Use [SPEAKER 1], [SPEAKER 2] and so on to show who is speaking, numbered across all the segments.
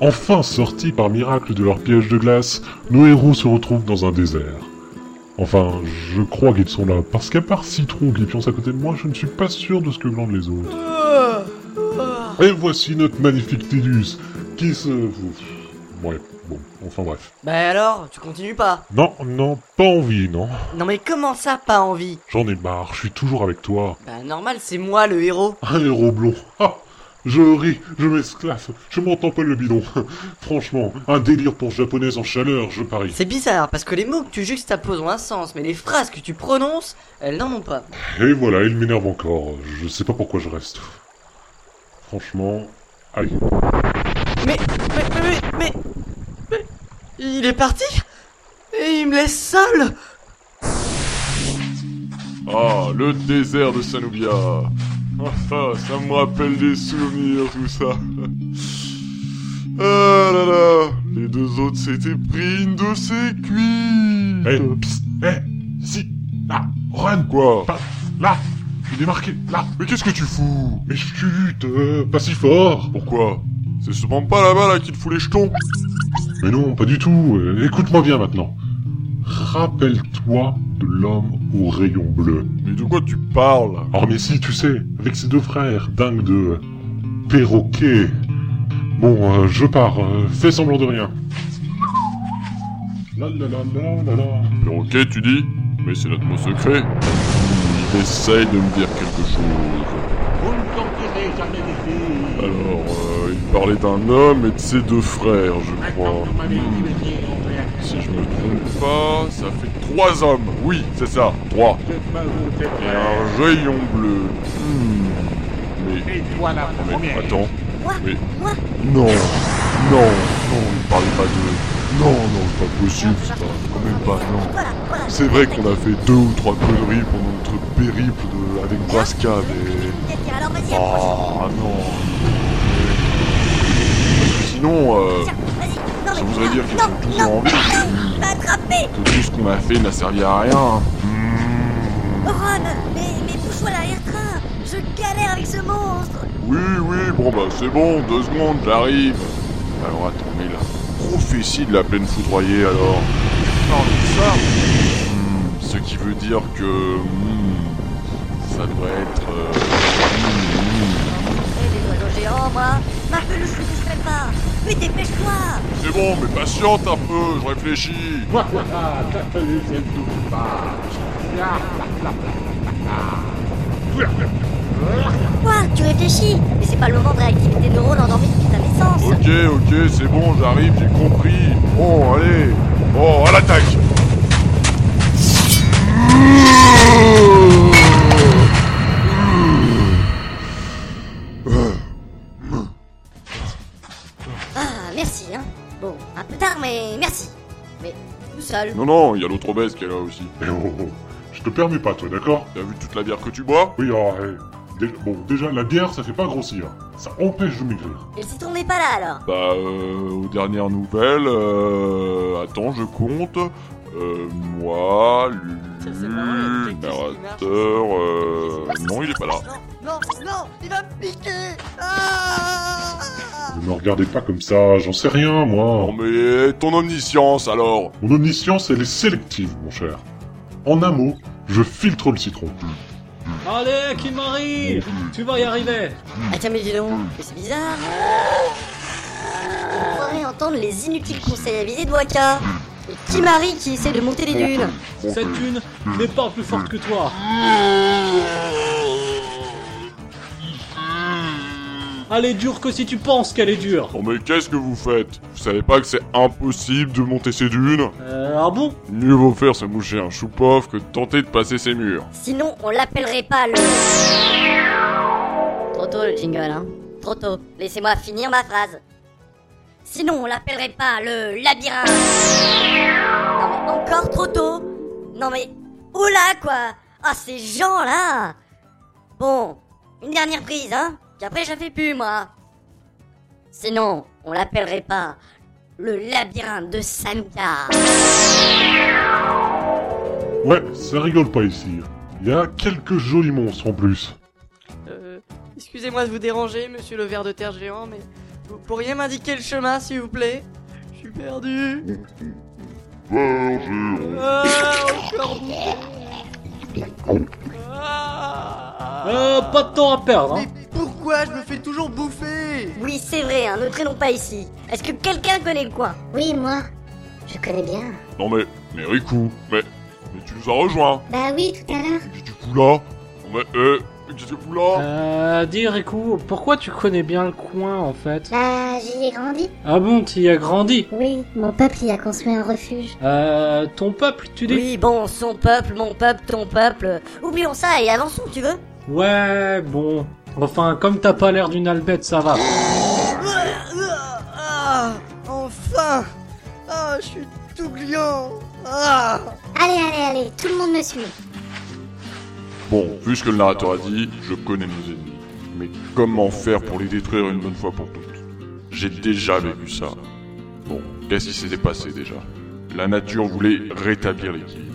[SPEAKER 1] Enfin sortis par miracle de leur piège de glace, nos héros se retrouvent dans un désert. Enfin, je crois qu'ils sont là, parce qu'à part Citron qui pionce à côté de moi, je ne suis pas sûr de ce que glandent les autres. Et voici notre magnifique Tidus, qui se... Ouais, bon, enfin bref.
[SPEAKER 2] Bah alors, tu continues pas
[SPEAKER 1] Non, non, pas envie, non.
[SPEAKER 2] Non mais comment ça, pas envie
[SPEAKER 1] J'en ai marre, je suis toujours avec toi.
[SPEAKER 2] Bah normal, c'est moi le héros.
[SPEAKER 1] Un héros blond. Ah je ris, je m'esclaffe, je m'entends pas le bidon. Franchement, un délire pour japonaise en chaleur, je parie.
[SPEAKER 2] C'est bizarre, parce que les mots que tu juxtaposes ont un sens, mais les phrases que tu prononces, elles n'en ont pas.
[SPEAKER 1] Et voilà, il m'énerve encore. Je sais pas pourquoi je reste. Franchement, allez.
[SPEAKER 2] Mais, mais, mais, mais, mais- il est parti Et il me laisse seul
[SPEAKER 3] Ah, le désert de Sanubia. Ah, ça, ça me rappelle des souvenirs, tout ça. Ah là là, les deux autres s'étaient pris une de ces cuites.
[SPEAKER 1] Eh, psst, eh, ici, là, run,
[SPEAKER 3] Quoi
[SPEAKER 1] pas, là, je suis démarqué, là.
[SPEAKER 3] Mais qu'est-ce que tu fous
[SPEAKER 1] Mais chut, euh, pas si fort.
[SPEAKER 3] Pourquoi C'est sûrement pas là-bas là qui te fout les jetons.
[SPEAKER 1] Mais non, pas du tout. euh, Écoute-moi bien maintenant. Rappelle-toi de l'homme au rayon bleu.
[SPEAKER 3] Mais de quoi tu parles
[SPEAKER 1] Oh mais si, tu sais, avec ses deux frères, dingue de perroquet. Bon, euh, je pars, euh, fais semblant de rien. La la la la la la.
[SPEAKER 3] Mais ok, tu dis Mais c'est notre mot secret. Il essaye de me dire quelque chose.
[SPEAKER 4] Vous ne sortirez jamais d'ici.
[SPEAKER 3] Alors, euh, il parlait d'un homme et de ses deux frères, je
[SPEAKER 4] Maintenant
[SPEAKER 3] crois.
[SPEAKER 4] que vous m'avez libéré, Andréa,
[SPEAKER 3] Si je me trompe pas, ça fait trois hommes. Oui, c'est ça, trois.
[SPEAKER 4] je peux vous faire
[SPEAKER 3] Et un rayon bleu. Hmm. Mais,
[SPEAKER 4] Et toi la
[SPEAKER 3] mais,
[SPEAKER 4] première.
[SPEAKER 3] attends.
[SPEAKER 5] Moi
[SPEAKER 3] Mais,
[SPEAKER 5] Moi
[SPEAKER 3] non, non, non, ne parlez pas de... Non, non, c'est pas possible, ça. Quand même pas, non.
[SPEAKER 5] Voilà, voilà.
[SPEAKER 3] C'est vrai qu'on a fait deux ou trois conneries pendant notre périple de... avec Brasca, mais...
[SPEAKER 5] Quelqu'un, Alors vas-y, approche.
[SPEAKER 3] Ah, non. Parce que Sinon, euh,
[SPEAKER 5] Tiens, vas-y. Non,
[SPEAKER 3] ça
[SPEAKER 5] mais-
[SPEAKER 3] voudrait dire qu'ils
[SPEAKER 5] Non,
[SPEAKER 3] sont tous en vie.
[SPEAKER 5] non, pas attrapé.
[SPEAKER 3] Que tout ce qu'on a fait n'a servi à rien. Hmm.
[SPEAKER 5] Ron, mais, mais bouge-toi l'arrière-train. Je galère avec ce monstre.
[SPEAKER 3] Oui, oui, bon bah c'est bon, deux secondes, j'arrive. Alors attends, mais la prophétie de la plaine foudroyée alors. Non, mais ça Hmm, Ce qui veut dire que. hmm, ça devrait être. euh,
[SPEAKER 5] Et des oiseaux géants, moi. Ma peluche ne touche même pas. Mais dépêche-toi.
[SPEAKER 3] hmm. C'est bon, mais patiente un peu, je réfléchis.
[SPEAKER 4] Quoi quoi ah, ta peluche, elle touche pas. Ah, ah,
[SPEAKER 5] Quoi Tu réfléchis Mais c'est pas le moment de réactiver tes neurones endormis depuis ta naissance.
[SPEAKER 3] Ok, ok, c'est bon, j'arrive, j'ai compris. Bon, allez. Bon, à l'attaque.
[SPEAKER 5] Ah, merci, hein. Bon, un peu tard, mais merci. Mais tout seul.
[SPEAKER 3] Non, non, il y a l'autre obèse qui est là aussi.
[SPEAKER 1] Eh oh, oh, je te permets pas, toi, d'accord
[SPEAKER 3] T'as vu toute la bière que tu bois
[SPEAKER 1] Oui, alors, eh, dé- bon, déjà, la bière, ça fait pas grossir. Ça empêche de maigrir.
[SPEAKER 5] Et si n'est pas là, alors
[SPEAKER 3] Bah, euh, aux dernières nouvelles, euh, attends, je compte. Euh, moi,
[SPEAKER 2] Ça, c'est marrant, il y a
[SPEAKER 3] Lulu,
[SPEAKER 2] quelqu'un qui marche.
[SPEAKER 3] narrateur, euh, non, il est pas là.
[SPEAKER 2] Non, non, il va me piquer Ah
[SPEAKER 1] Ne me regardez pas comme ça, j'en sais rien,
[SPEAKER 3] Non
[SPEAKER 1] moi.
[SPEAKER 3] mais ton omniscience alors
[SPEAKER 1] Mon omniscience, elle est sélective, mon cher. En un mot, je filtre le citron.
[SPEAKER 6] Allez, Kimari Tu vas y arriver
[SPEAKER 2] Ah tiens, mais dis donc, mais c'est bizarre
[SPEAKER 5] On pourrait entendre les inutiles conseils avisés de Waka. Et Kimari qui essaie de monter les dunes.
[SPEAKER 6] Cette une n'est pas plus forte que toi Elle est dure que si tu penses qu'elle est dure
[SPEAKER 3] Non mais qu'est-ce que vous faites Vous savez pas que c'est impossible de monter ces dunes
[SPEAKER 6] Euh, ah bon
[SPEAKER 3] Mieux vaut faire se moucher un chou-pauvre que de tenter de passer ces murs.
[SPEAKER 5] Sinon, on l'appellerait pas le. Trop tôt le jingle, hein. Trop tôt. Laissez-moi finir ma phrase. Sinon, on l'appellerait pas le labyrinthe. Non mais encore trop tôt. Non mais oula quoi. Ah ces gens là. Bon, une dernière prise, hein. Puis après, j'en fais plus moi. Sinon, on l'appellerait pas le labyrinthe de Samka.
[SPEAKER 1] Ouais, ça rigole pas ici. Il y a quelques jolis monstres en plus.
[SPEAKER 2] Euh, Excusez-moi de vous déranger, monsieur le ver de terre géant, mais Vous pourriez m'indiquer le chemin, s'il vous plaît Je suis perdu.
[SPEAKER 3] Bergeron.
[SPEAKER 2] Ah, encore bouffé. Ah.
[SPEAKER 6] Euh, pas de temps à perdre, hein.
[SPEAKER 2] Mais pourquoi je me fais toujours bouffer
[SPEAKER 5] Oui, c'est vrai, hein, ne traînons pas ici. Est-ce que quelqu'un connaît le coin
[SPEAKER 7] Oui, moi. Je connais bien.
[SPEAKER 3] Non mais, mais Riku, mais, mais tu nous as rejoints.
[SPEAKER 7] Bah oui, tout à l'heure.
[SPEAKER 3] Et du coup là, mais, eh, mais qu'est-ce que vous là
[SPEAKER 6] Euh, dis Riku, pourquoi tu connais bien le coin en fait
[SPEAKER 7] Bah, j'y ai grandi.
[SPEAKER 6] Ah bon, t'y as grandi
[SPEAKER 7] Oui, mon peuple y a construit un refuge.
[SPEAKER 6] Euh, ton peuple, tu dis
[SPEAKER 5] Oui, bon, son peuple, mon peuple, ton peuple. Oublions ça et avançons, tu veux
[SPEAKER 6] Ouais, bon. Enfin, comme t'as pas l'air d'une albette, ça va.
[SPEAKER 2] Ah, enfin Ah, je suis tout client Ah
[SPEAKER 7] Allez, allez, allez, tout le monde me suit.
[SPEAKER 3] Bon, vu ce que le narrateur a dit, je connais nos ennemis. Mais comment faire pour les détruire une bonne fois pour toutes J'ai déjà vécu ça. Bon, qu'est-ce qui s'était passé déjà La nature voulait rétablir l'équilibre.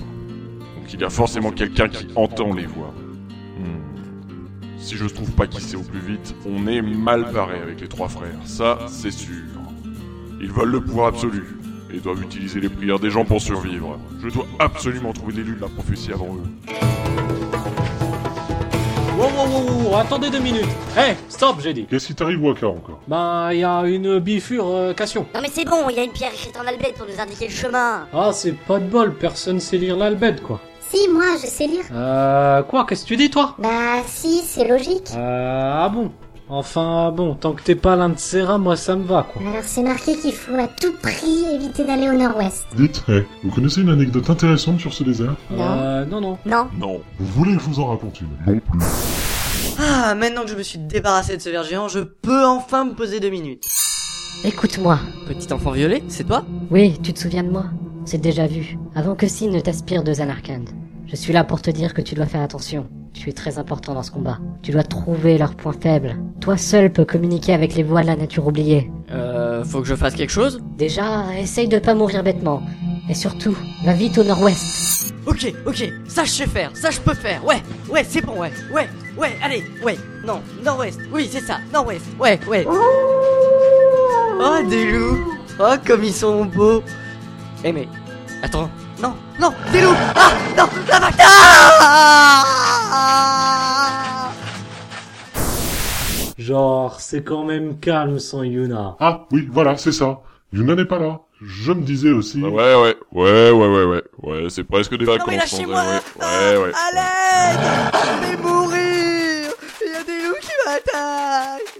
[SPEAKER 3] Donc il y a forcément quelqu'un qui entend les voix. Hmm. Si je trouve pas qui c'est au plus vite, on est mal barré avec les trois frères, ça c'est sûr. Ils veulent le pouvoir absolu et doivent utiliser les prières des gens pour survivre. Je dois absolument trouver l'élu de la prophétie avant eux.
[SPEAKER 6] Wow, wow, wow, wow, attendez deux minutes. Eh, stop, j'ai dit.
[SPEAKER 1] Qu'est-ce qui t'arrive, Waka, encore
[SPEAKER 6] Bah, y a une euh, bifurcation.
[SPEAKER 5] Non mais c'est bon, il y a une pierre écrite en albette pour nous indiquer le chemin.
[SPEAKER 6] Ah, c'est pas de bol, personne sait lire l'albède, quoi.
[SPEAKER 7] Si, moi, je sais lire.
[SPEAKER 6] Euh, quoi, qu'est-ce que tu dis, toi
[SPEAKER 7] Bah, si, c'est logique.
[SPEAKER 6] Euh, ah bon. Enfin, bon, tant que t'es pas l'un de ces rats, moi ça me va, quoi.
[SPEAKER 7] Alors, c'est marqué qu'il faut à tout prix éviter d'aller au nord-ouest.
[SPEAKER 1] Dites, eh, vous connaissez une anecdote intéressante sur ce désert
[SPEAKER 6] Euh, non, non.
[SPEAKER 5] Non
[SPEAKER 3] Non,
[SPEAKER 1] Vous voulez que je vous en raconte une Non plus.
[SPEAKER 2] Ah, maintenant que je me suis débarrassé de ce ver géant, je peux enfin me poser deux minutes.
[SPEAKER 8] Écoute-moi.
[SPEAKER 2] Petit enfant violet, c'est toi
[SPEAKER 8] Oui, tu te souviens de moi C'est déjà vu. Avant que Sin ne t'aspire de Zanarkand. Je suis là pour te dire que tu dois faire attention. Tu es très important dans ce combat. Tu dois trouver leurs points faibles. Toi seul peux communiquer avec les voix de la nature oubliée.
[SPEAKER 2] Euh, faut que je fasse quelque chose
[SPEAKER 8] Déjà, essaye de pas mourir bêtement. Et surtout, va vite au nord-ouest.
[SPEAKER 2] Ok, ok, ça je sais faire, ça je peux faire, ouais, ouais, c'est bon, ouais, ouais, ouais, allez, ouais, non, nord-ouest, oui, c'est ça, nord-ouest, ouais, ouais. Oh, des loups Oh, comme ils sont beaux Eh mais, attends, non, non, des loups Ah, non, la vache Ah
[SPEAKER 6] Genre, c'est quand même calme sans Yuna.
[SPEAKER 1] Ah, oui, voilà, c'est ça. Yuna n'est pas là. Je me disais aussi...
[SPEAKER 3] Bah ouais, ouais, ouais, ouais, ouais, ouais, ouais, c'est presque des
[SPEAKER 2] Non
[SPEAKER 3] vacances.
[SPEAKER 2] mais lâchez-moi
[SPEAKER 3] hein,
[SPEAKER 2] Ah,
[SPEAKER 3] Ouais, ouais. ouais.
[SPEAKER 2] À l'aide Je vais mourir Il y a des loups qui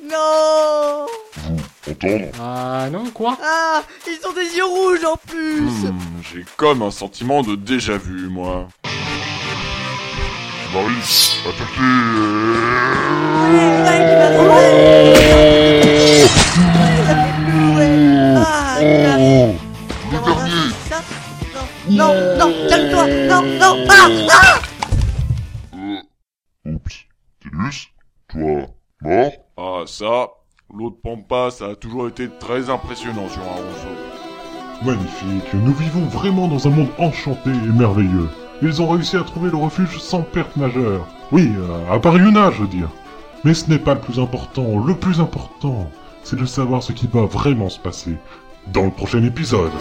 [SPEAKER 2] m'attaquent Non
[SPEAKER 3] Entendre
[SPEAKER 6] Ah non, quoi
[SPEAKER 2] Ah Ils ont des yeux rouges en plus
[SPEAKER 3] Hmm, J'ai comme un sentiment de déjà vu, moi. Maurice, attaquez
[SPEAKER 2] Ah,
[SPEAKER 3] Mmh.
[SPEAKER 2] Non, non, calme-toi, non, non, ah, ah
[SPEAKER 3] Oups, Télus, toi, mort Ah ça, l'eau de Pampa, ça a toujours été très impressionnant sur un roseau.
[SPEAKER 1] Magnifique, nous vivons vraiment dans un monde enchanté et merveilleux. Ils ont réussi à trouver le refuge sans perte majeure. Oui, euh, à part Yuna, je veux dire. Mais ce n'est pas le plus important. Le plus important, c'est de savoir ce qui va vraiment se passer dans le prochain épisode.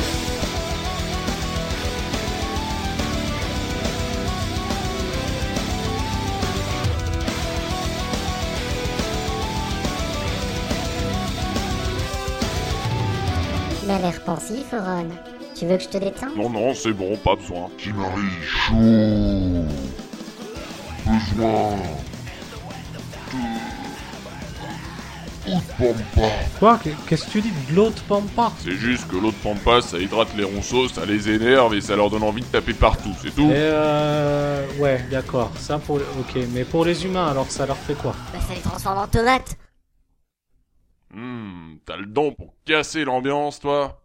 [SPEAKER 7] Tu m'as l'air pensif, Ron. Tu veux que je te détende
[SPEAKER 3] Non, non, c'est bon, pas besoin.
[SPEAKER 9] Marie chaud. Besoin. De... Eau de pampa.
[SPEAKER 6] Quoi Qu'est-ce que tu dis de l'autre pampa
[SPEAKER 3] C'est juste que l'eau de Pampa, ça hydrate les ronceaux, ça les énerve et ça leur donne envie de taper partout, c'est tout.
[SPEAKER 6] Et euh... Ouais, d'accord. Ça pour... Ok, mais pour les humains, alors ça leur fait quoi
[SPEAKER 5] Bah ça les transforme en tomates.
[SPEAKER 3] Hmm, t'as le don pour casser l'ambiance, toi